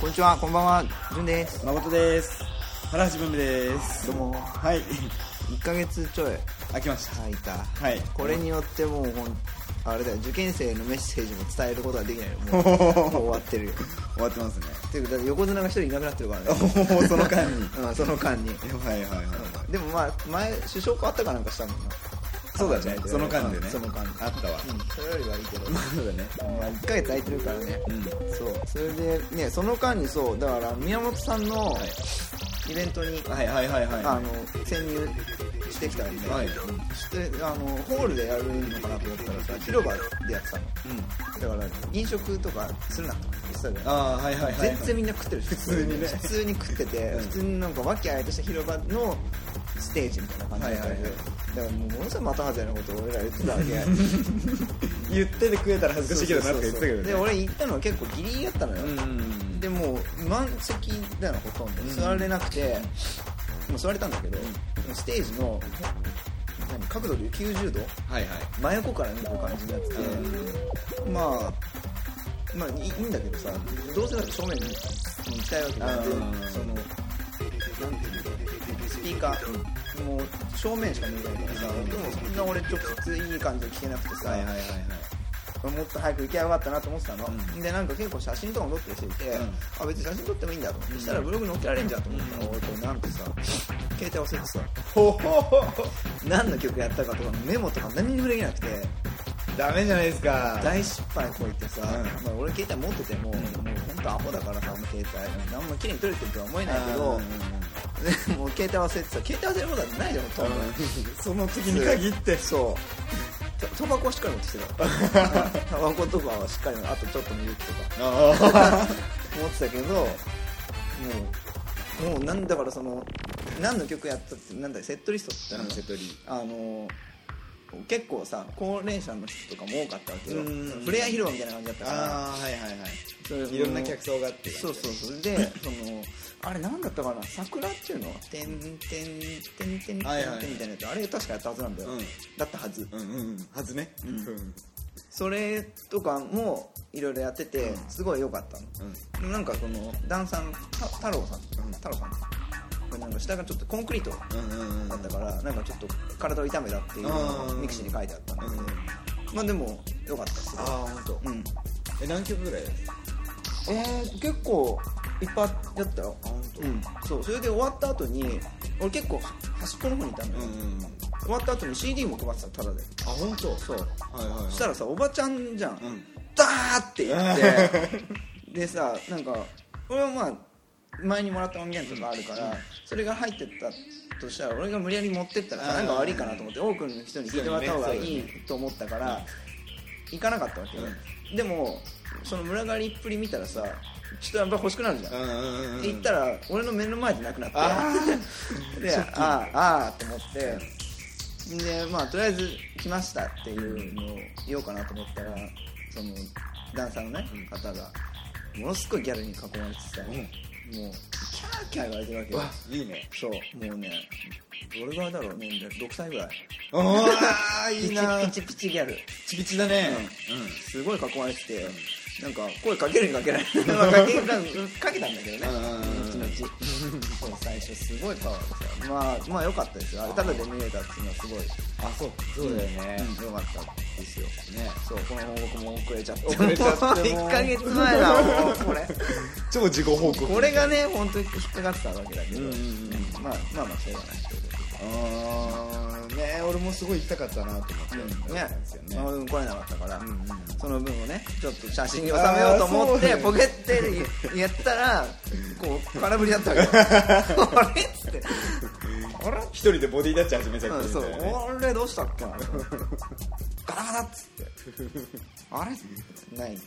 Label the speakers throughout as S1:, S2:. S1: こんにちは、こんばんは、じゅんです。
S2: 誠です原橋文部です
S1: どうも
S2: はい
S1: 1ヶ月ちょい
S2: 開きまし
S1: 空いた。
S2: たはい
S1: これによってもうほん、あれだよ、受験生のメッセージも伝えることはできないよ。もうもう終わってるよ。
S2: 終わってますね
S1: ていうか、だって横綱が一人いなくなってるからね。
S2: お おその間に
S1: うん、その間に。
S2: はいはいはい、
S1: でもまあ、前、首相変わったかなんかしたもんな。
S2: そうだねその間でね
S1: その間
S2: あったわ
S1: うん、それよりはいいけど。
S2: そうだね
S1: まあ、1ヶ月空いてるからね。
S2: うん
S1: そうそれでねその間にそうだから宮本さんのイベントに、
S2: はいはいはいはい
S1: あの潜入してきたんで、
S2: はい
S1: してあのホールでやるのかなと思ったらさ広場でやってた
S2: うん
S1: のだから飲食とかするなとか言ってたじゃん
S2: ああはいはいはい
S1: 全然みんな食ってる普
S2: 通にね
S1: 普通に食ってて、
S2: うん
S1: 普通になんか和気あいあいとした広場のステージみたいな感じだったんで、
S2: はいはいはい
S1: だからもうものすごい的外れなことを俺ら言ってたわけ
S2: 言ってて食えたら恥ずかしいけどなって言ってたけどね
S1: で俺行ったのは結構ギリギリやったのよ、
S2: うんうん
S1: でもう満席だよほとんど、
S2: ん
S1: 座れなくてもう座れたんだけど、ステージの何角度で90度
S2: はいはい
S1: 真横から見る感じになってて、まあまあいいいんだけどさどうせだって正面に行きたいわけなんで
S2: うん
S1: そのなんていうのスピーカーもう正面しか見えないからさでもそんな俺直接いい感じで聞けなくてさ、
S2: はいはいはいはい
S1: これもっと早く行きゃよかったなと思ってたの、
S2: う
S1: でなんか結構写真とかも撮ってる人いて、
S2: うん
S1: あ別に写真撮ってもいいんだと思って、そしたらブログに載っけられんじゃんと思ったら、俺これなんかさ携帯忘れてさ
S2: ほほほ
S1: 何の曲やったかとかメモとか何にもできなくて
S2: ダメじゃないですか
S1: 大失敗こいてさ、
S2: うん
S1: まあ、俺携帯持ってても、もう本当アホだからさもう携帯何も綺麗に撮れてるとは思えないけど、
S2: うんうんうん
S1: で もう携帯忘れてさ携帯忘れることなんてないじゃんほとんど、
S2: その時に限って
S1: そうたタバコはしっかり持ってきてた タバコとかはしっかりあとちょっとミルクとか
S2: あ あ
S1: 思ってたけどもうもうなんだからその何の曲やったってなんだセットリストってなんだ
S2: セトリ
S1: あの結構さ高齢者の人とかも多かったわけよ
S2: うん
S1: フレア披露みたいな感じだったから
S2: ああはいはいはい
S1: それ
S2: いろんな客層があって
S1: そうそうそれでそのあれなんだったかな桜っていうの「てんてんてんてんてん」みた
S2: はいいはい
S1: なやつあれ確かやったはずなんだよ
S2: うん
S1: だったはず
S2: うんうんはずね
S1: うん
S2: うん
S1: それとかもいろいろやってて
S2: うん
S1: すごい良かったの
S2: うん
S1: なんかそのダンサーのた太郎さん
S2: うん
S1: 太郎さんこれなんか下がちょっとコンクリートだ
S2: うんうんうん
S1: ったからなんかちょっと体を痛めたっていうのをミクシーに書いてあったんだけど
S2: うん
S1: まあでも良かったです
S2: ああ本当。
S1: うん
S2: え何曲ぐらい
S1: えー、結構いっぱいやったよ
S2: あ本
S1: うんそうそれで終わった後に俺結構端っこの方にいたのよ、
S2: うんうん
S1: 終わった後に CD も配ってたのただで
S2: あ本当。
S1: そう
S2: はいはいはい
S1: そしたらさおばちゃんじゃん、
S2: うん
S1: ダーって言ってでさなんか俺はまあ前にもらった音源とかあるからそれが入ってったとしたら俺が無理やり持ってったらさ
S2: あー
S1: なんか悪いかなと思って多くの人に聞いてもらった方がいいと思ったから行かなかったわけよ、でもその群がりっぷり見たらさちょっとやっぱ欲しくなるじゃん、
S2: うんうんうんうん
S1: で行ったら俺の目の前でなくなって
S2: あ
S1: でああああって思ってでまあとりあえず来ましたっていうのを言おうかなと思ったらそのダンサーのね
S2: ん
S1: 方がものすごいギャルに囲まれてさ、
S2: うん
S1: もうキャーキャー言われてるわけ
S2: う
S1: よ
S2: わいいね
S1: そうもうねどれぐらいだろうね6歳ぐらい
S2: おあいいな
S1: ピチピチピチギャル
S2: チビチだね
S1: すごい囲まれてて、なんか声かけるにかけない、 まあ、かけたかけたんだけどね
S2: うん
S1: 後々そう最初すごいパワーでさまあまあ良かったですよあれただで見れたっていうのはすごい
S2: あそうそうだよね
S1: 良かったですよ
S2: ね
S1: そうこの報告も遅れちゃって
S2: 遅れちゃってもう
S1: 1ヶ月前だもう これ
S2: 超自己報告
S1: これがね本当に引っかかってたわけだけど、
S2: うんうんうん
S1: まあまあまあしょうがないということで
S2: あーね俺もすごい行きたかったなと思って
S1: ね
S2: ですよね
S1: その分来れなかったから、
S2: んうん
S1: その分をねちょっと写真に収めようと思っ
S2: あーそう
S1: て
S2: ね
S1: ポケットでやったらこう空振りだったわけ よあれ っつってあれ
S2: 一人でボディタッチ始めちゃ
S1: う
S2: っ
S1: ん
S2: て
S1: そう
S2: みたいなね
S1: あれどうしたっけなガラガラっつってあれない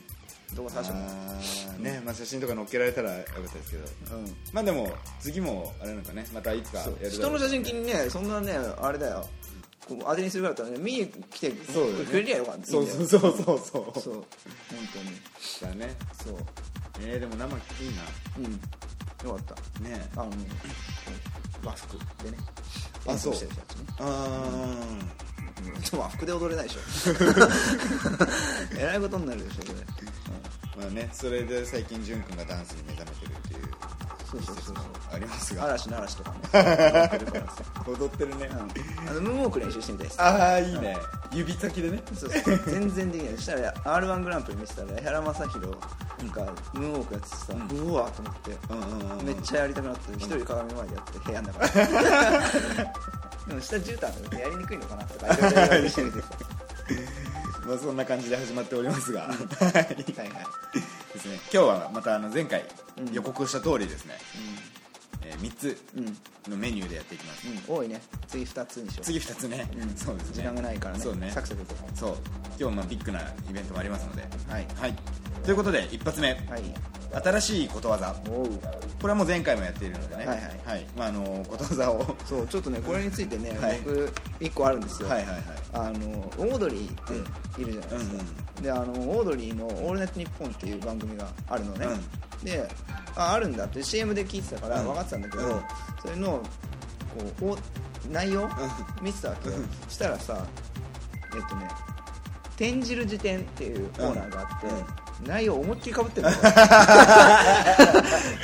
S1: どこ最初も
S2: あーねまあ写真とか載っけられたらよかったですけど
S1: うん
S2: まあでも次もあれなのかねまたいつかやるだろう
S1: 人の写真気にねそんなねあれだよこう当てにするぐらいだったらね見に来て
S2: そうだよね
S1: くれりゃよかった
S2: そうそうそうそうそ
S1: そう本当に
S2: うだね
S1: そう
S2: えー、でも生いい
S1: うんよかった
S2: なね
S1: あの和服でね
S2: あそ
S1: 演奏
S2: う
S1: してる人たちね
S2: あ
S1: うん ちょっと和服で踊れないでしょえらいことになるでしょそれ、
S2: ーまあねそれで最近潤くんがダンスに目覚めてるっていう
S1: そうそうそうそう
S2: ありますが
S1: 嵐の嵐とかね踊ってるからさ
S2: 踊ってるね、
S1: うんあのムーンウォーク練習してみたいです
S2: ああいいね、指先でね
S1: そうそう全然できないそしたら r 1グランプリ見てたら江原正宏なんかムーンウォークやっててさ、うわーと思って、
S2: うんうんうん
S1: めっちゃやりたくなって一人鏡の前でやって部屋の 中ででも下絨毯だとやりにくいのかな とかいろいろ言われてみて
S2: まあそんな感じで始まっておりますが、はい
S1: はいはい
S2: ですね今日はまたあの前回予告した通りですね、えー、3つのメニューでやっていきます、
S1: うん、多いね次2つにしよう
S2: 次2つね、
S1: うん
S2: そうですね
S1: 時間がないからね
S2: そうね
S1: サクサクいこう
S2: そう今日のビッグなイベントもありますので
S1: はい
S2: はいということで一発目、
S1: はい
S2: 新しいことわざ
S1: おう
S2: これはもう前回もやっているのでね
S1: はいはい
S2: まああのことわざ をは
S1: そうちょっとねこれについてね、
S2: はい
S1: 僕1個あるんです
S2: い
S1: よ、
S2: はいはい
S1: あのオードリーっているじゃないですか、であのオードリーの「オールナイトニッポン」っていう番組があるのね、でああるんだって CM で聞いてたから
S2: うん
S1: 分かってたんだけど、
S2: うん
S1: それのこうお内容見てたわけよ、
S2: うん
S1: したらさえっとね「転じる辞典」っていうコーナーがあって、内容思いっきりかぶってるのよ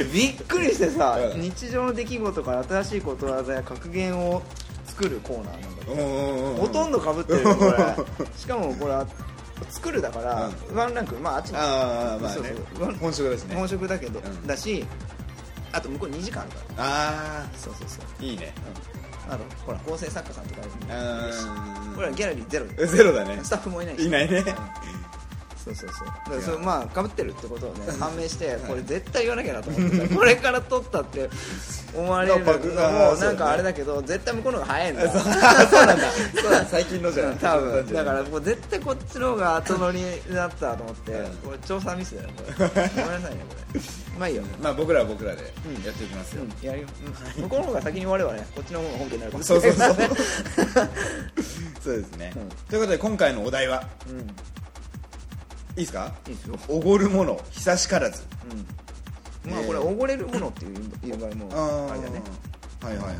S1: びっくりしてさ、
S2: うん
S1: 日常の出来事から新しいことわざや格言を作るコーナーなんだけど
S2: おーおーおー
S1: ほとんどかぶってるよこ れしかもこれは作るだから、ワンランクまああっちの
S2: ああまあね
S1: そうそう
S2: 本職ですね
S1: 本職だけど、
S2: うん
S1: だしあと向こう2時間あるから
S2: あ
S1: そうそうそう、
S2: あいいね
S1: うん、あのほら構成作家さんとかいるんで
S2: うん
S1: 俺らギャラリーゼロで
S2: ゼロだね
S1: スタッフもいないし
S2: いないね
S1: そうそうそうだからそうまあかぶってるってことをね 判明してこれ絶対言わなきゃなと思って さこれから撮ったって思われるのも
S2: パクあー
S1: なんかあれだけど絶対向こうの方が早いんだ そうなんだ
S2: そうだ最近のじゃん
S1: 多分だから
S2: ら
S1: もう絶対こっちの方が後乗りになったと思って
S2: うん
S1: これ調査ミス だよこれごめんなさいねこれまあいいよ、
S2: まあ僕らは僕らで
S1: うん
S2: やっていきますよ
S1: うん、やるよ、うん、向こうの方が先に終わればねこっちの方が本家になるかもし
S2: そう
S1: れないう
S2: そそう
S1: からね
S2: そうですね
S1: うん
S2: ということで今回のお題は
S1: うんい
S2: いいですか
S1: いですよ、
S2: おごるもの久しからず
S1: うん、まあこれ
S2: えー
S1: 溺れるものっていう言う場合もあれだね
S2: ーはいはいはいはい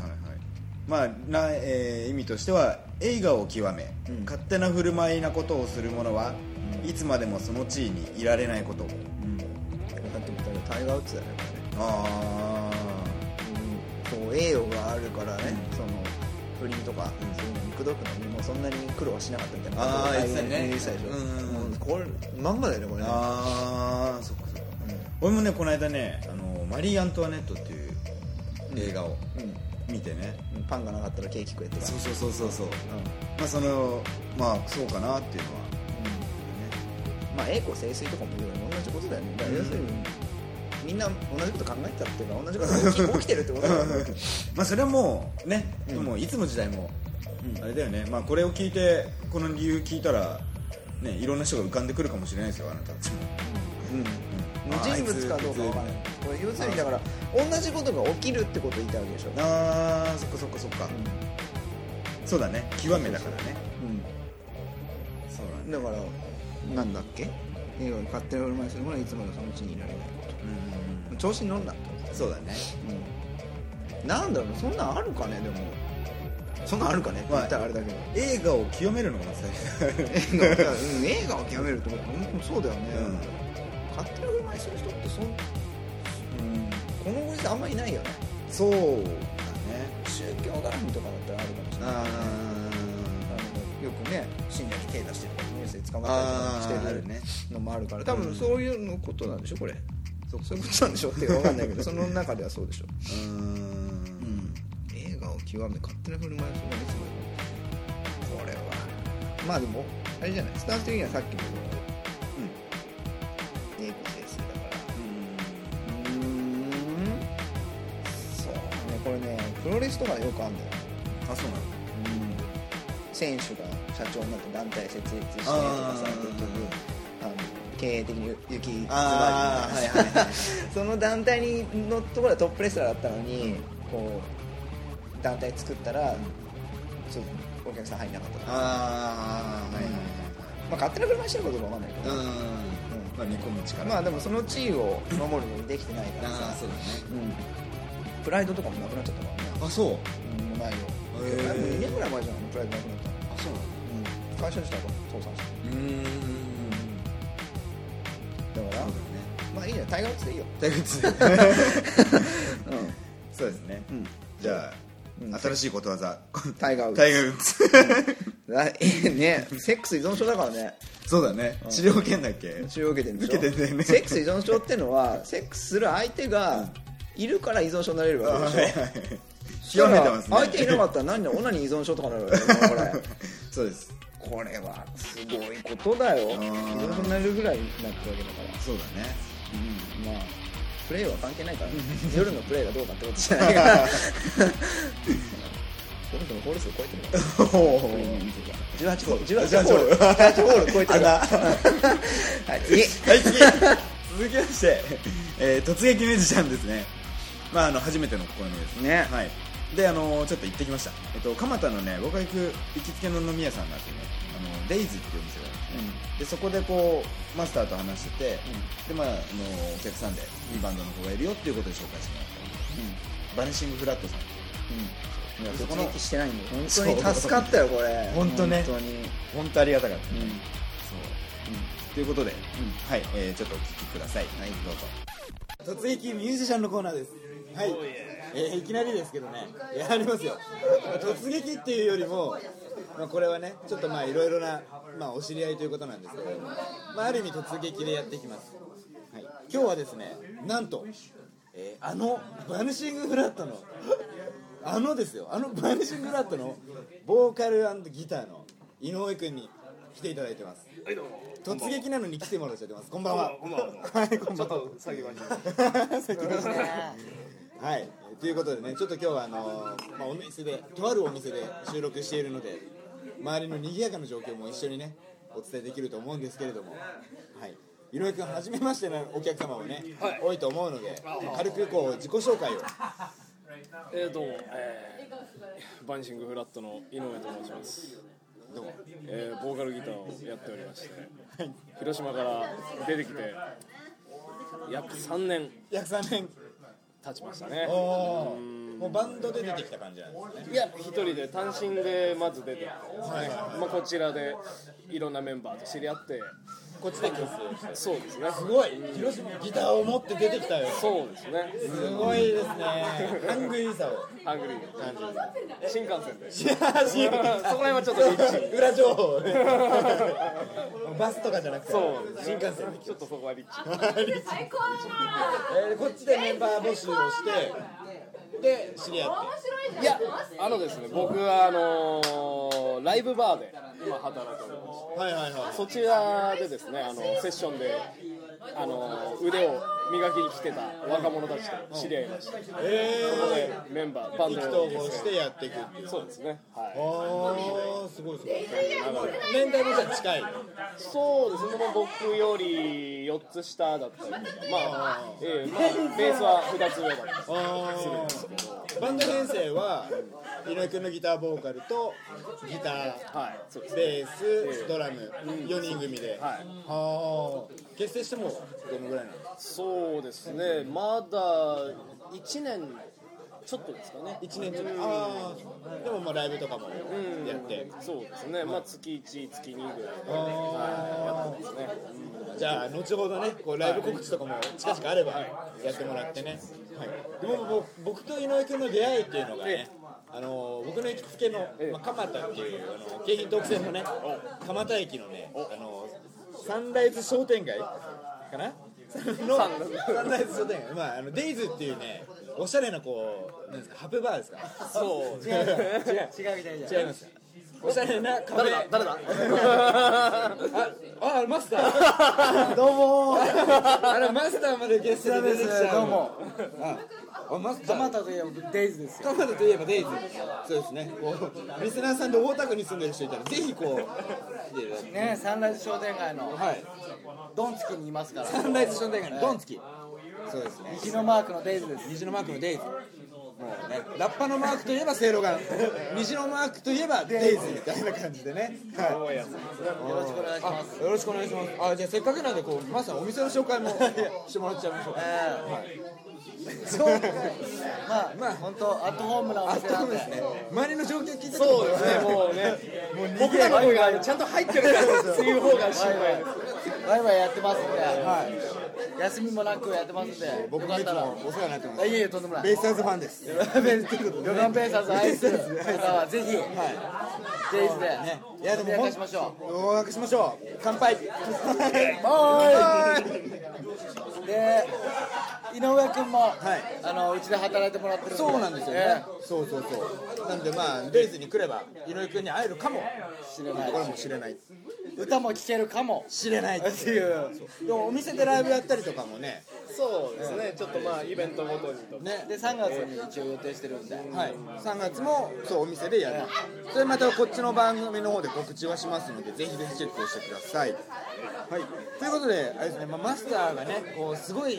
S2: まあな、えー意味としては映画を極め、
S1: うん
S2: 勝手な振る舞いなことをする者はいつまでもその地位にいられないこと
S1: だってこれタイガー・ウッズだよね
S2: あ
S1: これね、うん、こう栄誉があるからね、その不倫とか、そういうのに口説くのにもそんなに苦労はしなかったみたいな
S2: あー
S1: タイ
S2: 言ってたね
S1: 言ってたでしょ、
S2: うん
S1: もこれまんまだよねこれね
S2: あーそっかそっか俺もねこの間ねあのマリー・アントワネットっていう映画を
S1: う
S2: 見てね、
S1: ん、パンがなかったらケーキ食えってか
S2: そうそうそうそうそう
S1: うんうん
S2: まあそのまあそうかなっていうのは
S1: まあ栄光盛衰とかも言うよね同じことだよねだから要するに、みんな同じこと考えてたっていうか同じことが起きてるってことだよね
S2: まあそれはもうね、
S1: うん
S2: もういつの時代も
S1: うん
S2: あれだよね、まあ、これを聞いてこの理由聞いたら、ね、いろんな人が浮かんでくるかもしれないですよあなたたちも
S1: うん無人物かどうかわからないこれ要するにだから同じことが起きるってことを言いたいわけでしょ
S2: あーそっかそっかそっか、そうだね極めだからねそうだ
S1: うん、だからなんだっけ栄光勝手に振る舞いするものはいつまでもそのうちにいられない
S2: うん
S1: 調子に乗んなって
S2: そうだね
S1: うんなんだろうそんなんあるかねでもそんなんあるかねって言ったらあれだけど、
S2: 映画を極めるのがまさ に
S1: 映画うん映画を極めるってことうんそうだよね、
S2: うん
S1: 勝手な振る舞いする人ってそん、うん、このご時世あんまりいないよね
S2: そうだね
S1: 宗教絡みとかだったらあるかもしれないあ
S2: あ
S1: のよくね信者に手出してるとかニュースで捕
S2: ー
S1: ま
S2: あ
S1: ったりと
S2: ー
S1: か
S2: あ
S1: して
S2: る
S1: る
S2: ね
S1: のもあるから多分そういうのことなんでしょこれ
S2: そ
S1: そういうことなんでしょっていうか分かんないけ どその中ではそうでしょ
S2: うーん
S1: 映画を極め勝手な振る舞いをするのですごいこれはまあでもあれじゃないスタンス的にはさっきの英語先生だからうーんそうねこれねプロレスとかでよくあるんだよ、
S2: あそうなの
S1: 選手が社長になって団体設立してとかさ
S2: あー
S1: 結局あの経営的に行き詰まりみたいな
S2: あーはいはいはい
S1: その団体にのところはトップレスラーだったのに、こう団体作ったら、ちょっとお客さん入んなかったとか
S2: ああはいはいはい
S1: まあ、勝手な車にしてることかわかんないけど、
S2: うん
S1: ん、
S2: まあ、煮込む力
S1: まあでもその地位を守るのにできてないから
S2: ああ
S1: さ、
S2: そうだね
S1: うん、プライドとかもなくなっちゃったからね、
S2: あそう
S1: うん、前よ
S2: へー
S1: 2年ぐらい前じゃんプライドなくなったの
S2: あそう
S1: うん会社自体が倒産し
S2: なのうん
S1: てだから
S2: そうだね
S1: まあいいじゃんタイガースでいいよ
S2: 大仏
S1: う
S2: そうですね、
S1: ん
S2: じゃあ、
S1: うん
S2: 新しいことわざ
S1: タイガーウッズ
S2: タイガーウッズ
S1: だいい ねセックス依存症だからね
S2: そうだね、治療券だっけ
S1: 治療受けてるんでしょ
S2: 受けてんだよね
S1: セックス依存症っての はセックスする相手がいるから依存症になれるわ けでしょ
S2: 極めてますね
S1: 相手いなかったら何だオナに依存症とかなるわけだ よこれ
S2: そうです
S1: これはすごいことだよ依
S2: ー
S1: 存症になるぐらいになってるわけだから
S2: そうだね
S1: まあプレーは関係ないから、ね、夜のプレーがどうかってことじゃない からその人のホール数超えてるから
S2: おお
S1: 18ホール18ホール18ホール超えてるから はい次
S2: はい次続きまして、えー突撃ミュージシャンですねまああの初めての試みです
S1: ね
S2: はいであのちょっと行ってきましたえっと蒲田のね僕が行く行きつけの飲み屋さんがあってねあのデイズっていうお店があるんですねでそこでこうマスターと話してて、でまああのお客さんでいいバンドの子がいるよっていうことで紹介してもらったバネシングフラットさんってい
S1: うん
S2: ういや
S1: そ
S2: そ
S1: こ
S2: こ
S1: の
S2: の
S1: してないんだよ本当に助かったよこれ
S2: 本当ね
S1: 本当に
S2: 本当ありがたかった、
S1: うん
S2: そうということで、はい、えーちょっとお聞きくださいはいどうぞ突撃ミュージシャンのコーナーですはい、えーいきなりですけどねいやありますよ突撃っていうよりも、まあ、これはねちょっとまあいろいろな、まあ、お知り合いということなんですけども、まあ、ある意味突撃でやっていきます、はい、今日はですねなんと、えーあのバヌシングフラットのあのですよあのバヌシングフラットのボーカルギターの井上君に来ていただいてます
S3: はいどうも。
S2: 突撃なのに来てもらっちゃってます。こんばんは。
S3: こんばんは。
S2: はい、こんばん
S3: ちょ
S2: は
S3: っと。下げました。
S2: さっきましたはい、ということでね、ちょっと今日はあのーまあお店でとあるお店で収録しているので、周りの賑やかな状況も一緒にねお伝えできると思うんですけれども、はい。井上君初めましてのお客様もね、
S3: はい
S2: 多いと思うので、軽くこう自己紹介を。
S3: えー、どうも、えー、バンシングフラットの井上と申します。
S2: どうも。
S3: えー、ボーカルギターをやっておりまして、広島から出てきて約3年
S2: 約3年。
S3: 経ちましたね
S2: お。お。もうバンドで出てきた感じなんですね。
S3: いや一人で単身でまず出て、
S2: はいは
S3: まあ、こちらでいろんなメンバーと知り合って
S2: こっちで結成して。
S3: そうですね
S2: すごい。広島ギターを持って出てきたよ。
S3: そうですね
S2: すごいですね。ハングリーさを
S3: ハングリー
S2: 感じる。
S3: 新幹線でそ
S2: いや
S3: こら辺はちょっと立地
S2: 裏情報 ね。バスとかじゃなくて、
S3: そう
S2: 新幹線で。
S3: ちょっとそこは立地
S4: 最高だな
S2: えーこっちでメンバー募集をして、で知り合っ。
S4: 面白いじゃん
S3: いや、あのですね、僕はあのーライブバーで今働いておりまして
S2: はいはいはい。
S3: そちらでですね、あのセッションで、あのー腕を磨きに来てた若者たちと知り合いました。
S2: ええ
S3: メンバー、バン
S2: ー。意気
S3: ド
S2: 投
S3: を結
S2: 合
S3: 成
S2: してやっていくっていう。
S3: そうですね、はい、
S2: ああ、すごいすごい。年代もじゃあ近い。
S3: そうですね、もう僕より4つ下だったりとか、まあ、ええまあ、ベースは2つ上だったりとか
S2: あ
S3: するんですけど、
S2: あ。バンド編成は井上君のギターボーカルとギター。
S3: はい、そうですね、
S2: ベース、ドラム、4人組で、
S3: はい
S2: はあ結成してもどのぐらいなんですか
S3: そうですね、まだ1年ちょっとですかね。
S2: 1年中ああでもまあライブとかもやって、
S3: そうですね、まあ月1、月2ぐらい
S2: ああ
S3: ですね。
S2: じゃあ後ほどねこうライブ告知とかも近々あればやってもらってね、はい、でももう僕と井上君の出会いっていうのがね
S3: え
S2: あの僕の行きつけの、
S3: ええ
S2: まあ、蒲田っていうあの京浜東北線のね蒲田駅のねあのサンライズ商店街かなの
S3: サンライズ
S2: サンライズ商店街、まあ、あのデイズっていうねおしゃれなこうなんですかハプバーですか
S3: そう。
S2: 違う違う違いますおしゃれなカフェ
S3: 誰だ
S2: ああマスター どうもあらマスターまでゲストで出てきちゃうどうもあマスター蒲田といえばデイズですよ蒲田といえばデイズそうですねこうリスナーさんで大田区に住んでる人いたらぜひこう来ていただいて
S5: ねサンライズ商店街の
S2: はい
S5: ドンつきにいますから
S2: サンライズ商店街のドンつきそうですね
S5: 虹のマークのデイズです
S2: 虹のマークのデイズもうねラッパのマークといえばセいろ がん虹のマークといえばデイズみたいな感じでねはい
S5: よろしくお願いします
S2: あよろしくお願いしますあじゃあせっかくなんでこうまさんお店の紹介もしてもらっちゃいましょう
S5: ええそうまあまあ本当アットホームなお
S2: あ
S5: 店
S2: そ
S5: な
S2: うんで
S5: です
S2: ね周りの状況聞いて
S3: そうですね、もうね、僕らの声がちゃんと入ってるからっていう方が心配です。
S5: ワイワイやってますんで、休みもなくやってますんで
S2: 僕
S5: よ
S2: も
S5: かっ
S2: いつ
S5: たら
S2: もお世話になってま
S5: あ
S2: す
S5: いえいえとんでもない
S2: ベイスターズファンです
S5: 旅館ペーサーズ愛する方はぜひ、デイズで、ね、
S2: いやでも
S5: お
S2: ほん
S5: しましょ
S2: お明かしましょう乾杯
S5: うで井上君も、
S2: い
S5: あのうちで働いてもらってる
S2: そうなんですよね
S5: え
S2: そうそうそうなんでまあデイズに来れば井上君に会えるかもしれないかもしれない
S5: え歌も聴けるかも
S2: 知れないっていうでもお店でライブやったりとかもね
S3: そうですね、ちょっとまあイベントごとにとか。
S2: ね
S5: で3月に一応予定してるんで
S2: はい、3月もそうお店でやる、それまたこっちの番組の方で告知はしますのでぜひぜひチェックをしてください、はい、ということであれですね、まあ、マスターがねこうすごい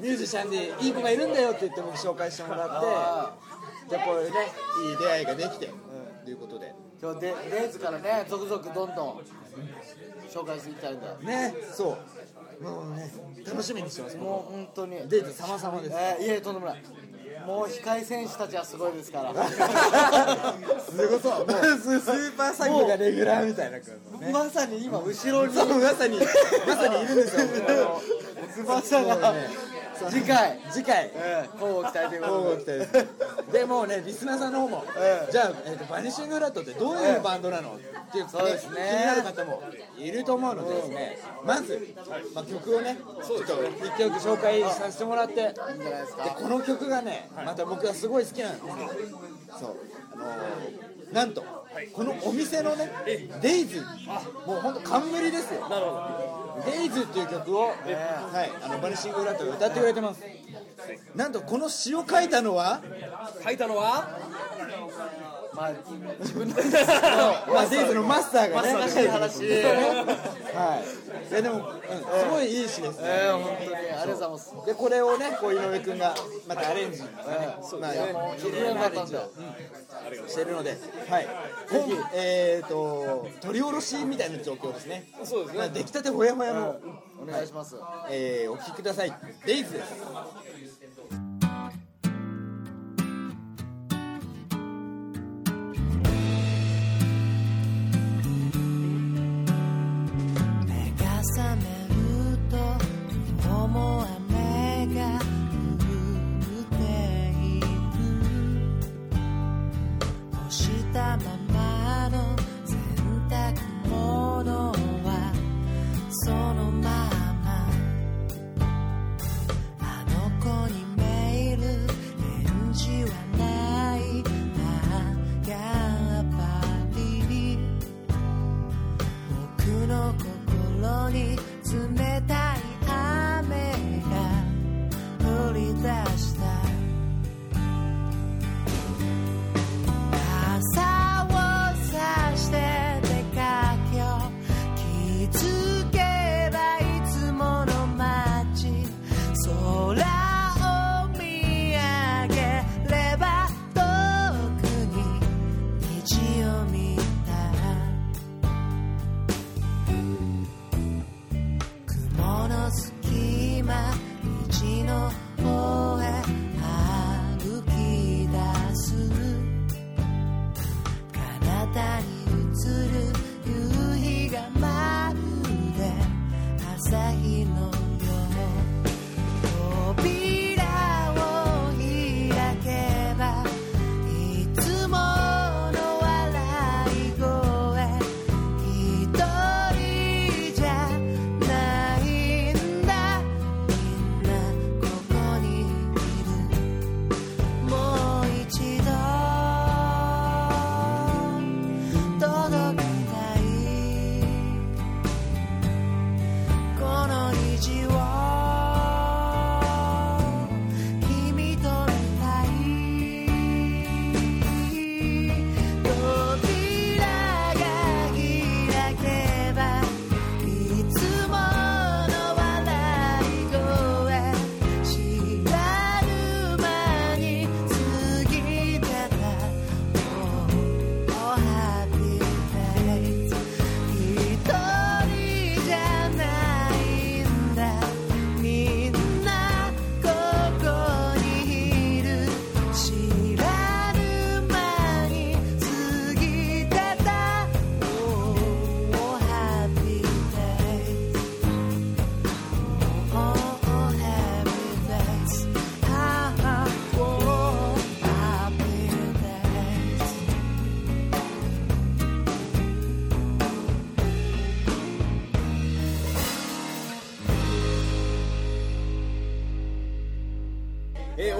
S2: ミュージシャンでいい子がいるんだよって言って僕紹介してもらってでこういうねいい出会いができて、ということで
S5: 今日デデイズからね続々どんどん紹介していきたいんで
S2: ねそうもうね楽しみにしてますも
S5: もう本当に
S2: うデート様々です
S5: えー、いえいえとんでもないもう控え選手たちはすごいですから
S2: すごそうもうスーパーサイクがレギュラーみたいな感じね
S5: まさに今後ろに
S2: そうまさにまさにいるんですよ
S5: 翼が、 次回
S2: 次回
S5: こう期待というこ
S2: 交互
S5: とで
S2: 期待ですでもうねリスナーさんの方も、じゃあ、えー、とバニッシングフラットってどういうバンドなの、っていう
S5: そうですね
S2: 気になる方もいると思うのでですね、まず、まあ、曲をねちょっと一曲紹介させてもらってで
S5: いいんじゃないですか
S2: この曲がねまた僕はすごい好きなんですそうあのーなんとこのお店のねデイズもうほんと冠ですよ
S3: なるほ
S2: デイズっていう曲を、はい、あのバニッシングフラットが歌ってくれてます。なんとこの詩を書いたのは、
S3: ど。書いたのは
S5: まあ自分の
S2: まあデイズのマスターがね、
S5: 難しい話
S2: はい。いやでも、うんすごいいい詩ですね。
S5: えー、本当にありがとうございます
S2: でこれをね、こう井上くんがまたアレンジ、ね、まあ
S5: もう曲が良かったんで
S2: してるので、はい。ぜひえっと取り下ろしみたいな状況ですね。
S3: そうです
S2: まあ
S3: ね。
S2: 出来たてほやほやの、
S5: お願いします、
S2: えーお聴きください。デイズです。
S6: 目が覚めると思わねが降っている干したままの洗濯物はそのままあの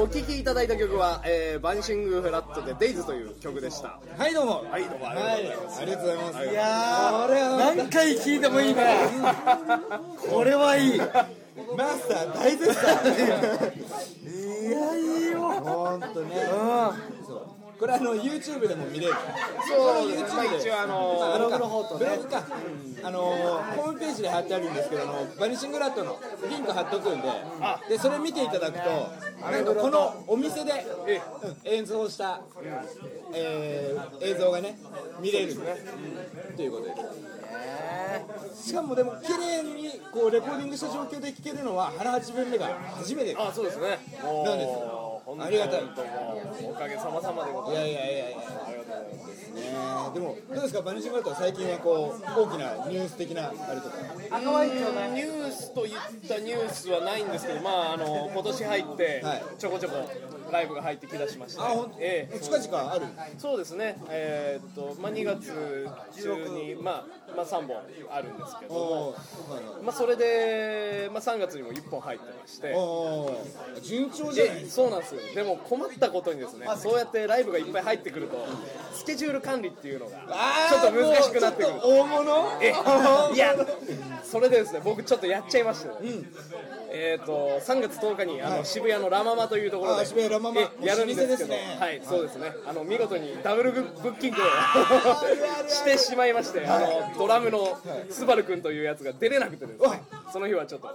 S3: お聴きいただいた曲は、えーバニシングフラットでデイズという曲でした。
S2: はいどうも
S3: はい、どうもありがとうございます。
S2: ありがとうございます
S3: い
S2: やー俺は
S5: 何回聞いてもいいね これはいい
S2: マスター大絶賛
S5: いやいいよ
S2: ほんとねそうこれあの YouTube でも見れる
S3: そうですねまあ一応あの
S2: ブログの方とブログか、あのーホームページで貼ってあるんですけどあのバニシングラットのリンク貼っとくんで、でそれ見ていただくとなんかこのお店で、うん演奏した、えー映像がね見れるということですしかもでも綺麗にこうレコーディングした状況で聴けるのは原八分目が初めてです
S3: あ、そうですね。
S2: なんです
S3: 本当に
S2: ありがたい
S3: 本当もうおかげさまさまでござ
S2: い
S3: います
S2: やいやいやいやねでもどうですかバニシングラットは最近はこう大きなニュース的なあれとか
S5: 赤ワインちょうだい
S3: ニュースといったニュースはないんですけど、まあ、あの今年入って
S2: はい
S3: ちょこちょこライブが入ってきだしまして、
S2: あ本当、
S3: ええ
S2: 近々ある
S3: そうですね、えーっとまあ、2月中に、まあまあ、3本あるんですけど
S2: お
S3: も、
S2: ー
S3: まあ、それで、まあ、3月にも1本入ってまして。
S2: おー順調じゃない
S3: でそうなんですよでも困ったことにですねそうやってライブがいっぱい入ってくるとスケジュール管理っていうのが
S2: あ
S3: ちょ
S2: ー
S3: っと難しくなってくる
S2: もうちょっと大物
S3: え
S2: 大物
S3: いやそれでですね僕ちょっとやっちゃいましたね、えー、と3月10日にあの、渋谷のラ・ママというところ
S2: あ
S3: で
S2: 渋谷ラママ
S3: えやるんですけ
S2: 老舗で
S3: ど
S2: すね
S3: はいそうですねあの見事にダブルブブッキングをしてしまいましてあのドラムのスバル君というやつが出れなくてですねその日はちょっと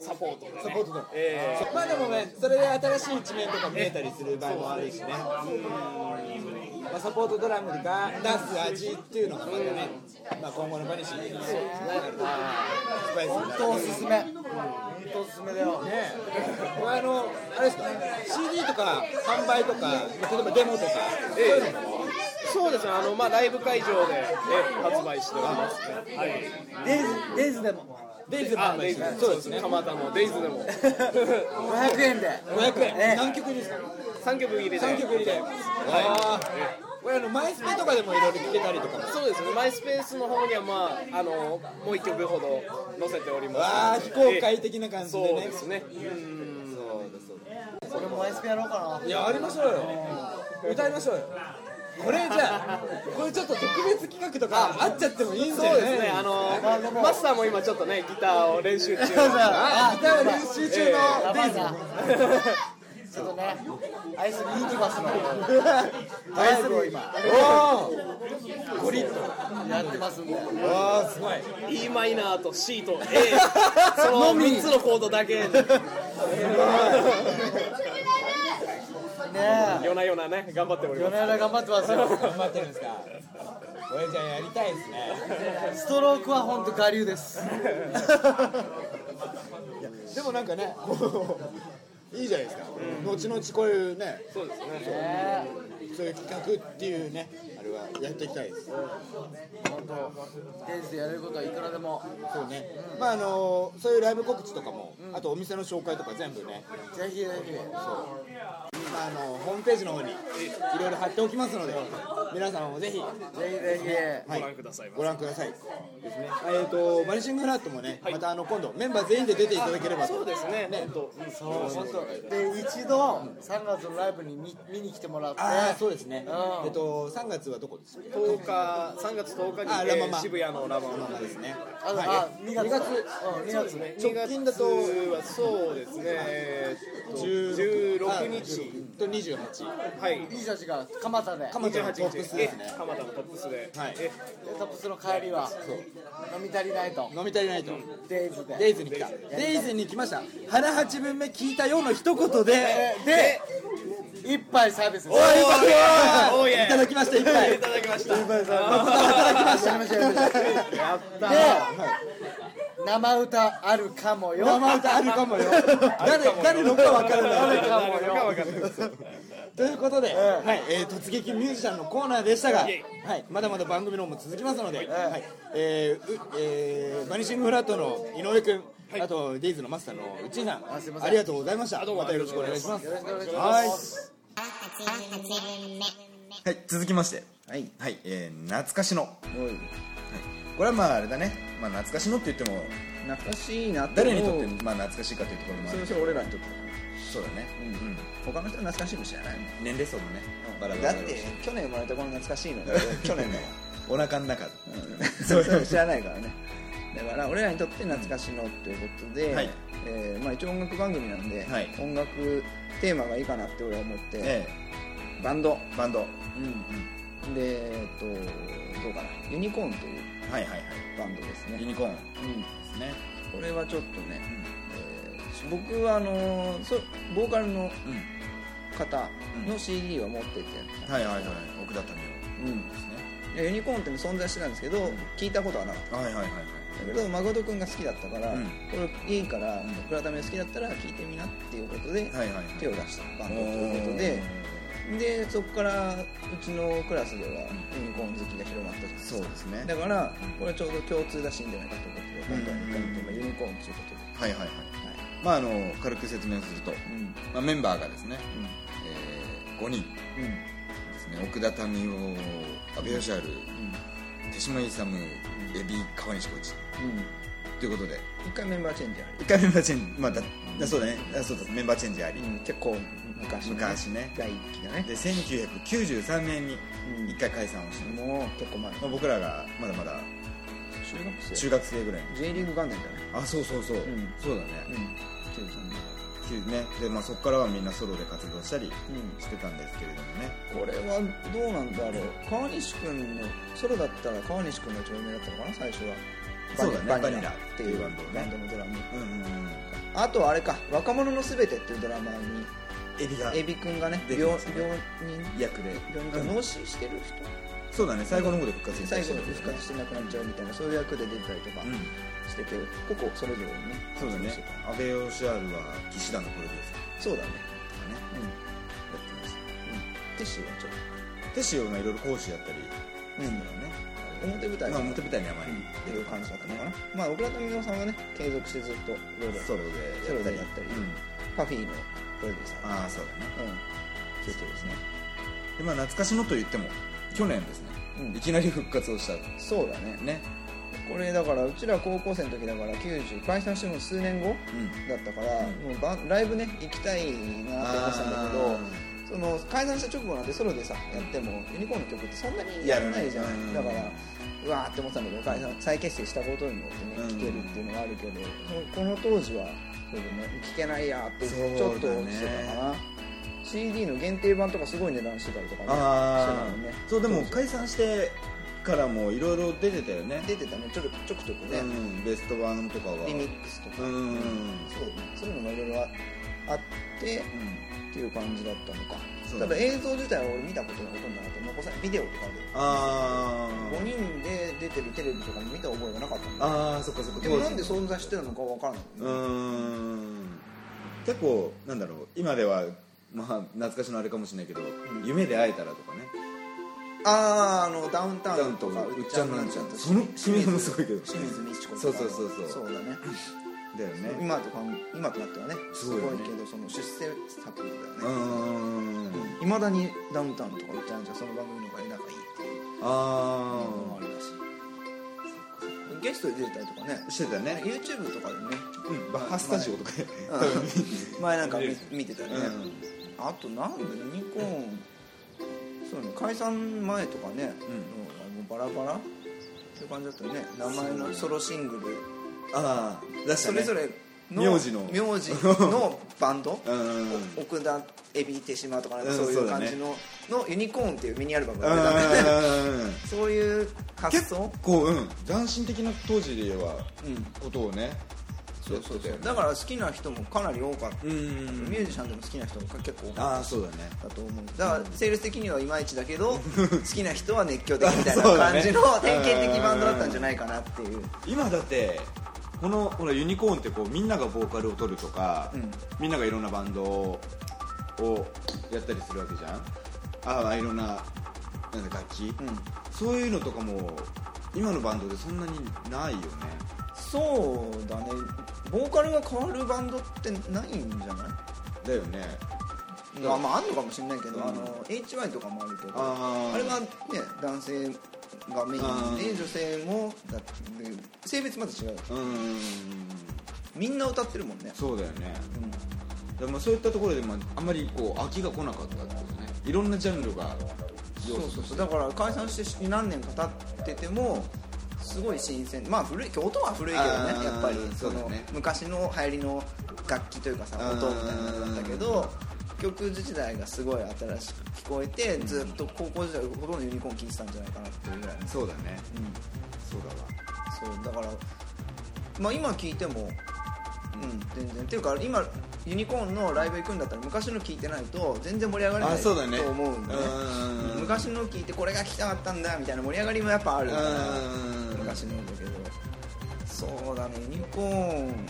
S3: サポートで、ね、
S2: サポートで
S3: えー
S2: まあでもねそれで新しい一面とか見えたりする場合もあるしねうんまあ、サポートドラムが出す味っていうのがまたね、まあ、今後のバニシングにスパイスになる
S5: おすすめ本当おすすめだよ
S2: これあのあれですか CD とか販売とか例えばデモとかそう
S3: え
S2: いうのも
S3: ーそうですねあの、まあ、ライブ会場で、え発売しておりますねはい
S5: デイズデイズでも
S2: デイズでも
S3: あ
S2: 販
S3: デ
S2: 売
S3: イ
S2: し
S3: ズ
S2: てる
S3: そうですね蒲田のデイズでも
S5: 500円で
S2: 500円、
S5: ええ
S2: 何曲入りですか
S3: 3曲入れて
S2: 3曲入りで、ああこれあのマイスペとかでもいろいろ聴けたりとかも
S3: そうですね、マイスペースの方には、まあ、あのもう一曲ほど載せております
S2: わあ非公開的な感じで
S3: そう
S2: ね
S3: ですね、
S5: 俺もマイスペやろうか
S2: いやありましょうよ歌いましょうよこれじゃあこれちょっと特別企画とかあっちゃってもいいんだ
S3: そう
S2: よ
S3: ですね、あのマスターも今、ちょっとね、ギターを練習中、
S5: な
S2: あ歌は練習中の
S5: やばいなちょっとねアイスに行きますのアイスを今
S2: おおゴリッと
S5: やってますんで
S2: わあすごい
S3: e マイナーと C と A、その3つのコードだけ、
S5: ねえ
S3: 夜な夜なね、頑張っておりま
S5: 夜
S3: す。
S5: な夜な頑張ってますよ
S2: 頑張ってるんですかこれじゃあやりたいですね
S5: ストロークは本当我流です
S2: でもなんかね こういいじゃないですか、後々こういうね
S3: そうですね
S5: ね
S2: そういう企画っていうねあれはやっていきたいです
S5: え本当デイズでやれることはいくらでも
S2: そうね、まああのそういうライブ告知とかも、あとお店の紹介とか全部ね、
S5: ぜひぜひ
S2: まああのホームページの方にいろいろ貼っておきますので、皆さんもぜひ、
S5: ぜひぜ
S2: はい
S3: ご覧くださいませ
S2: ご覧くださいですね。えっ、とバニシングフラットもね、またあの今度メンバー全員で出ていただければと。
S3: そうですね、本当、
S5: ひそう本当で一度3月のライブに見見に来てもらって
S2: ああそうですね。
S5: うん
S2: えっ、と3月はどこですか？
S3: 10日、3月10日に、
S2: あラママ
S3: えー渋谷のラママ
S2: まあですね。
S5: あ
S2: は
S5: あ2月2月うん2月ね
S3: 2月はそうですね、えーっと16日。
S2: い。と28
S3: はい、
S5: いい人たちが蒲田で
S2: 蒲田の
S3: 28
S2: トップ
S3: 日
S2: スですね。
S3: 鎌田のトップスで、
S2: はい
S3: え
S5: でトップスの帰りは飲み足りないと
S2: 飲み足りないと。
S5: デイズで
S2: デイズに来た。デイズに来ました。腹八分目聞いたようの一言で。
S5: で一杯サービス
S2: おいい
S3: おーい
S2: いただきましたいっぱい
S3: いただきました
S2: 働きました
S3: やった
S5: で生歌あるかもよ
S2: 生歌あるかもよ誰誰のかわからない
S5: かもよ
S3: 誰か分かんない
S2: ということで、はいえー突撃ミュージシャンのコーナーでしたが、は
S3: イエイ
S2: い、まだまだ番組の方も続きますので、はいえーうえーバニシングフラットの井上君、あとデイズのマスターの内井さんあ
S5: すいません
S2: りがとうございました
S3: どうも
S2: またよろしくお願いしますはいはい続きましてはい、はいえー懐かしの、はい、これはまああれだね、まあ、懐かしのって言っても
S1: 懐かしいなって
S2: 誰にと
S1: 思
S2: っ
S1: う
S2: てまあ懐かしいかというところもあ
S1: そ
S2: る
S1: の人俺らにとって
S2: そうだねうん
S1: 他の人懐かしいの知らないもん
S2: 年齢層もねバラバ
S1: だ
S2: ラ
S1: っ
S2: だろうして
S1: 去年生まれた子の懐かしいの去年だよ、
S2: お腹の中
S1: うん、 そうそう知らないからねだから俺らにとって懐かしのっていうことで、
S2: はい
S1: えーまあ、一応音楽番組なんで、
S2: はい
S1: 音楽テーマがいいかなって俺は思って、
S2: え
S1: バンド、
S2: えバンドはい
S1: うん、でえっとどうかなユニコーンという
S2: はいはい
S1: バンドです
S2: ユ
S1: ね、
S2: ニコーン
S1: うん、
S2: ですね
S1: これはちょっとね、えー僕はあのーそボーカルの
S2: うん
S1: 方
S2: う
S1: の CD は持ってて、
S2: はいはいはい奥田民
S1: うん
S2: 生ですね
S1: でユニコーンっても存在してたんですけど聞いたことはなかっ
S2: はいはいはいはい
S1: ただけど誠君が好きだったから、
S2: うん
S1: これいいから倉田め好きだったら聞いてみなっていうことで、
S2: はいはいはい
S1: 手を出したバンドということででそこからうちのクラスではユニコーン好きが広まったじゃないです
S2: そう
S1: か
S2: ですね
S1: だからこれはちょうど共通だしいいんじゃないかと思って今回の
S2: うん
S1: テーマユニコーンということで、
S2: はいはいは
S1: は
S2: い
S1: い
S2: まああの軽く説明すると
S1: うん
S2: まあメンバーがですね
S1: うん
S2: えー5人
S1: うん
S2: ですね奥田民生阿部義春手島勇エビ川西浩一
S1: うんうん
S2: ということで
S1: 一回メンバーチェンジあ
S2: 一回メンバーチェンジまあだだそうだねだそうだメンバーチェンジあり
S1: り、うん、結構昔の
S2: 昔ね
S1: 第一期だね
S2: で1993年に
S1: うん
S2: 一回解散をしてます、
S1: もう結構前
S2: まあ、僕らがまだまだ
S1: 中学生
S2: 中学生ぐらい
S1: J リーグ元年だね
S2: あそうそうそう、
S1: ん
S2: そうだね、
S1: うん93
S2: きゅうねで、まあ、そこからはみんなソロで活動したり
S1: 年
S2: してたんですけれどもね
S1: うんこれはどうなんだろう川西君のソロだったら川西君が長命だったのかな最初は
S2: そうだね
S1: バニ
S2: バニ
S1: ラ
S2: ラ
S1: っていうバンド,、
S2: バンドね
S1: のドラム
S2: うんうんうん
S1: あとあれか「若者のすべて」っていうドラマに
S2: エビが
S1: エビ君がね
S2: 出て
S1: 病
S2: ま
S1: 病
S2: す
S1: 人
S2: ね役で、
S1: 病人
S2: うん
S1: 脳死してる人
S2: そうだね最後の方で復活した
S1: 最
S2: りして
S1: 後
S2: る
S1: 復活してなくなっちゃうみたいなそういう役で出てたりとか
S2: うん
S1: してて個々それぞれにね
S2: そうだね阿部義春は騎士団のプロデューサ
S1: そうだね
S2: ーとかね
S1: うん
S2: や
S1: ティ
S2: ってまし
S1: ッシュはちょった
S2: テシオがいろいろ講師やったり
S1: とうん表舞台
S2: ま
S1: が
S2: あ表舞台にあまり
S1: っていう感じだったのかな、まあ小倉民生さんがね継続してずっといろいろ
S2: ソロで
S1: ソ
S2: や
S1: ロ
S2: っ
S1: で
S2: たり
S1: やったり
S2: うん
S1: パフィーのプロデューサー
S2: ああそうだ
S1: う
S2: ね
S1: んということですね
S2: でまあ懐かしのと言っても去年ですね、
S1: うん
S2: いきなり復活をした
S1: そうだね
S2: ね
S1: これだからうちら高校生の時だから90解散してもう数年後
S2: うん
S1: だったから、もうバンライブね行きたいなって思ってたんだけどその解散した直後なんてソロでさやってもユニコーンの曲ってそんなにやらないじゃ
S2: やら
S1: ん
S2: ない
S1: だからうわーって思ってたんだけど解散再結成したことによって
S2: う
S1: ね
S2: ん
S1: 聴けるっていうのがあるけど、そのこの当時はそうだね聴けないやーって
S2: そうだね
S1: ちょっと落ちてたかな、CD の限定版とかすごい値段してたりとかねしてた
S2: あ
S1: も
S2: あ、
S1: んね
S2: そうでも解散してからもいろいろ出てたよね
S1: 出てたねちょくちょくちょく
S2: う
S1: ね、
S2: ん、ベスト版とかは
S1: リミックスとか、
S2: うんうんうん
S1: そうねそういうのもいろいろああってっていう感じだったのか
S2: そう
S1: た
S2: だね
S1: だ映像自体は俺見たことがほとんどなくて残さないビデオとかで
S2: あ
S1: 5人で出てるテレビとかも見た覚えがなかったん
S2: あ
S1: だ
S2: ああそっかそっか
S1: でもなんで
S2: 当時
S1: 存在してるのかわからないう
S2: ーん結構なんだろう今ではまあ懐かしのあれかもしれないけど、夢で会えたらとかね
S1: あああのダウンタ
S2: ダウ
S1: ウ
S2: ン
S1: ン
S2: と
S1: と
S2: か
S1: か
S2: うっちゃんなんちゃんと
S1: と
S2: その清水もすごいけど
S1: 清水美智子
S2: そ
S1: と
S2: う
S1: か
S2: そうそうそう
S1: そうだね
S2: だよね
S1: 今とかも今となってはね
S2: す
S1: す
S2: ご
S1: ご
S2: い
S1: い
S2: よね
S1: けどその出世作
S2: う
S1: だ
S2: ー
S1: よね
S2: ん
S1: いまだにダウンタウンとかうっちゃんなんちゃんその番組の方が仲いいっていう
S2: あ
S1: のもあるらしいゲストで出てたりとかね
S2: あしてたね
S1: YouTube とかでね
S2: うんバッハスタジオとか
S1: 前なんか見見てたね
S2: うん
S1: あとなんでユニコーンそうね解散前とかね、もうバラバラそういう感じだったよね名前のソロシングル、
S2: ああ出した
S1: そ
S2: ね
S1: れぞれの
S2: 名字の
S1: 名字 のバンド
S2: うんうんうん
S1: 奥田エビ手島とかなんか
S2: うん
S1: そうい
S2: そう
S1: う
S2: だ
S1: 感
S2: ね
S1: じの,、のユニコーンっていうミニアルバム
S2: う
S1: が出たんで、
S2: ん
S1: そういう発
S2: 結
S1: 想
S2: 構うん斬新的な当時で言えば
S1: うん
S2: ことをね
S1: そうそうそうだから好きな人もかなり多かった、
S2: うん
S1: ミュージシャンでも好きな人も結構多か
S2: あ
S1: っ
S2: あそうだね
S1: ただと思うだからセールス的にはいまいちだけ ど好きな人は熱狂的みたいな
S2: そうだね
S1: 感じの典型的バンドだったんじゃないかなっていう
S2: 今だってこのほらユニコーンってこうみんながボーカルを取るとか、
S1: うん
S2: みんながいろんなバンドをやったりするわけじゃんああいろんななんだ楽器、
S1: うん
S2: そういうのとかも今のバンドでそんなにないよね
S1: そうだねボーカルが変わるバンドってないんじゃない
S2: だよね
S1: まあまああんのかもしれないけど、
S2: うん
S1: あの HY とかもあるけど
S2: あー
S1: れはね男性がメイン
S2: あー
S1: で女性もだって性別また違う
S2: うん
S1: みんな歌ってるもんね
S2: そうだよね、からまあそういったところで、まあ、あんまりこう飽きが来なかったっていうねいろんなジャンルが
S1: そうそうそうだから解散して何年か経っててもすごい新鮮まあ古い音は古いけど
S2: あ
S1: ね
S2: ー
S1: やっぱり
S2: そ
S1: そう
S2: だ
S1: の、
S2: ね
S1: 昔の流行りの楽器というかさ
S2: あー
S1: 音みたいなのだったけど曲自体がすごい新しく聞こえてずっと高校時代ほとんどユニコーン聴いてたんじゃないかなっていうぐらい
S2: そうだね
S1: うん
S2: そうだわ
S1: そうだからまあ今聞いてもうん全然っていうか今ユニコーンのライブ行くんだったら昔の聞いてないと全然盛り上がれな
S2: あ
S1: い
S2: そうだね
S1: と思うんでね
S2: うん
S1: 昔の聞いてこれが聞きたかったんだみたいな盛り上がりもやっぱあるから
S2: うん
S1: 昔のだけどそうだねユニコーン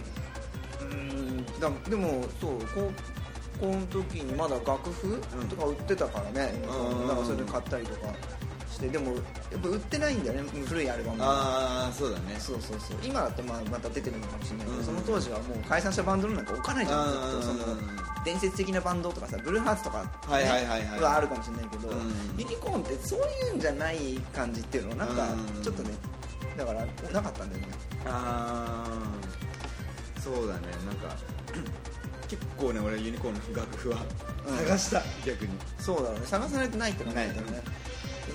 S1: うんだでもそう高校の時にまだ楽譜
S2: うん
S1: とか売ってたからね、
S2: うん
S1: だからそれで買ったりとかしてでもやっぱ売ってないんだよね古いアルバムは
S2: ああそうだね
S1: そうそうそう今だとまあまた出てるのかもしれないけど、
S2: うん
S1: その当時はもう解散したバンドのなんか置かないじゃんずっとそ
S2: うん
S1: の伝説的なバンドとかさブルーハーツとか、ね
S2: はいはいはいはい
S1: はあるかもしれないけど、
S2: うん
S1: ユニコーンってそういうんじゃない感じっていうのなんか
S2: うん
S1: ちょっとねだからなかったんだよね
S2: あーそうだねなんか 結構ね俺ユニコーンの楽譜は
S1: うん
S2: 探した、逆に
S1: そうだろうね探さないとないって感じだったよ
S2: な
S1: ね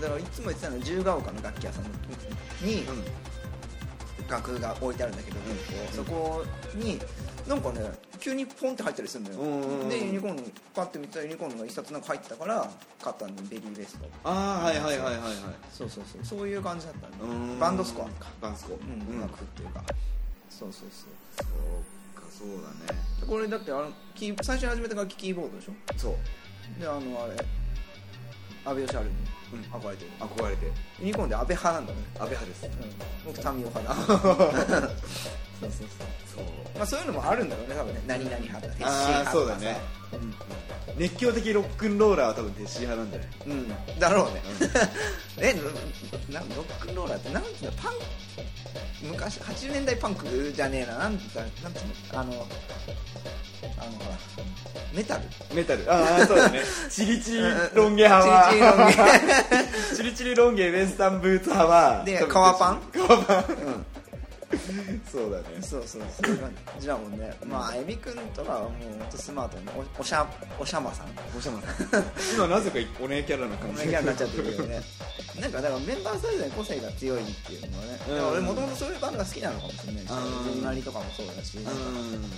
S1: だからいつも言ってたのは自由が丘の楽器屋さんに
S2: うん
S1: 楽譜が置いてあるんだけど、そこになんかね急にポンって入ったりするのよ、
S2: うんうんうん
S1: でユニコーンパッて見たらユニコーンのが一冊なんか入ってたから買ったんでベリーベースト
S2: ああはいはいはいはいはい
S1: そうそうそうそういう感じだった
S2: う
S1: ね
S2: ーん
S1: バンドスコアか
S2: バンドスコア
S1: うん、
S2: うん
S1: 楽譜っていうかそうそうそ
S2: そうかそうだね
S1: うこれだってあのキー最初に始めた楽器キーボードでしょ
S2: そう
S1: であのあれ安倍義晴に
S2: うん
S1: 憧れてる、
S2: 憧れて
S1: ユニコーンで安倍派なんだね、
S2: 安倍派です
S1: うん、僕民生派だそうそうそう
S2: そう
S1: まあそういうのもあるんだろうね多分ね何々派とか鉄心
S2: ああ
S1: 派
S2: そ
S1: と
S2: うだ
S1: かさ
S2: ね熱狂的ロックンローラーは多分弟子派なんだよね
S1: うん、だろうね、 えななロックンローラーってなんつうのパン昔80年代パンクじゃねえななんつうのなんつうのあのあのほらメタル
S2: メタル ああそうだねチリチリロン毛派は
S1: チリチリロン毛
S2: チリチリロンゲウエスタンブーツ派 は
S1: で革パン
S2: 革パン、そうだね
S1: そうそうそういう感じだもんねまああゆみくんとかはもうほんとスマートにおおしゃおしゃまさん
S2: おしゃまさん 今なぜかお姉キャラな感
S1: こ
S2: じ
S1: んなキャラになっちゃってるけど ねなんかだからメンバーそれぞれ個性が強いっていうのはね、
S2: う
S1: だ
S2: ん
S1: から俺もともとそういうバンドが好きなのかもしれないし
S2: うん
S1: ジェニマリとかもそうだし、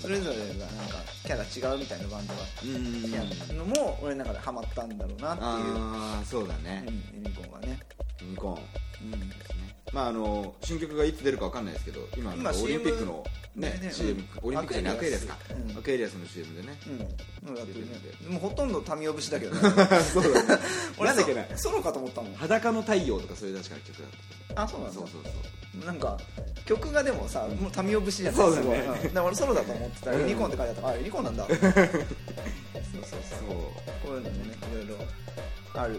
S1: それぞれがなんかキャラ違うみたいなバンドが
S2: うんうんうん
S1: 好きなのも俺の中でハマったんだろうなっていう
S2: ああそうだね
S1: うんユニコーンはね、
S2: ユニコーンまああの新曲がいつ出るかわかんないですけど今
S1: 今
S2: オリンピック
S1: CM
S2: のね
S1: ねね
S2: CM オリンピックじゃないア
S1: ア
S2: ク
S1: ク
S2: エ
S1: エリ
S2: リア
S1: ア
S2: ス
S1: ス
S2: か
S1: うん
S2: アクエリアスの CM でね
S1: うんうんやってるねもうほとんど民生節だけどね
S2: そうだね
S1: 俺
S2: なんだっけな
S1: そのかと思ったもん
S2: 裸の太陽とかそういう確か曲だっ
S1: あそうな
S2: た
S1: ん
S2: そ
S1: だ
S2: うそうそ
S1: なんか曲がでもさもう民生節じゃない
S2: そうだね
S1: すごいうんだから俺ソロだと思ってたら
S2: うん
S1: ユニコーンって書いてあったからあユニコーンなんだそうそうそう
S2: うそう
S1: こういうのもねいろいろある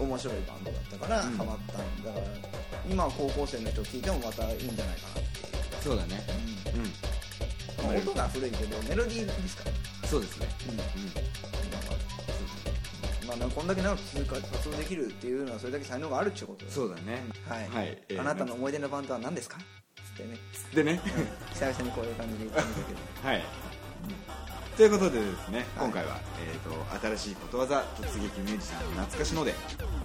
S1: 面白いバンドだったから
S2: うん
S1: ハマったんだから、今は高校生の人聞いてもまたいいんじゃないかなっていう
S2: そうだねうん
S1: まあ音が古いけどメロディーですから、
S2: そうですね
S1: うん
S2: うん
S1: まあなんかこんだけ長く続く活動できるっていうのはそれだけ才能があるってことです
S2: そうだね
S1: はい、
S2: はいえー
S1: あなたの思い出のバンドは何ですかつってね
S2: でね
S1: 久々にこういう感じで言ってみたけど
S2: はいということでですね今回はえーと新しいことわざ突撃ミュージシャンの懐かしので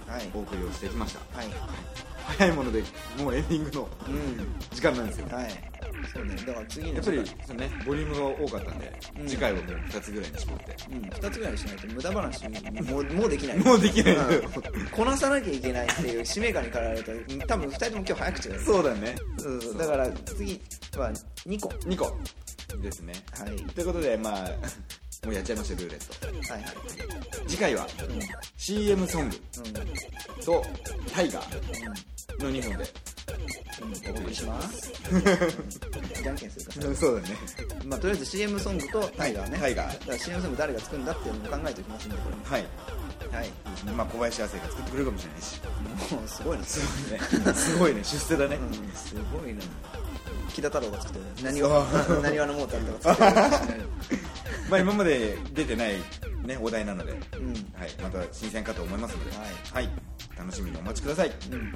S1: はい
S2: お送りをしてきました
S1: はい
S2: 早いものでもうエンディングの
S1: う
S2: 時間なんですよ
S1: んはいそうねだから次の
S2: やっぱりそのねボリュームが多かったんで
S1: うん
S2: 次回はもう2つぐらいに絞って
S1: うん、2つぐらいにしないと無駄話 もうもうできない
S2: もうできない
S1: んこなさなきゃいけないっていう使命感に駆られると多分2人とも今日早口だよ
S2: そうだね
S1: そうそうだから次は2個は
S2: 2個ですね
S1: いはい
S2: ということでまあ もうやっちゃいましたルーレット
S1: はい
S2: 次回は CM ソングとタイガーの2本で
S1: うん、うん、お送りし ますじゃんけんするか
S2: そうだね
S1: まあとりあえず CM ソングとタイガーね
S2: タイガー
S1: だから CM ソング誰が作るんだっていうのも考えておきますんでこれも
S2: はい
S1: はい
S2: まあ小林亜生が作ってくれるかもしれないし
S1: もうすごいなす
S2: ね すごいね出世だね
S1: ごい,、うん、すごいな木田太郎が作ってる何を 何わのモーターとか作って る
S2: まあ今まで出てないねお題なので
S1: うん
S2: はいまた新鮮かと思いますので
S1: は
S2: はい楽しみにお待ちください
S1: うん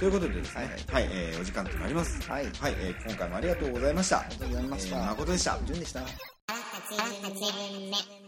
S2: ということでですねはいえーお時間となります
S1: はい
S2: えー今回もありがとうございましたあり
S1: がとうございました
S2: 誠でした
S1: 順でした
S6: 「
S7: 8年目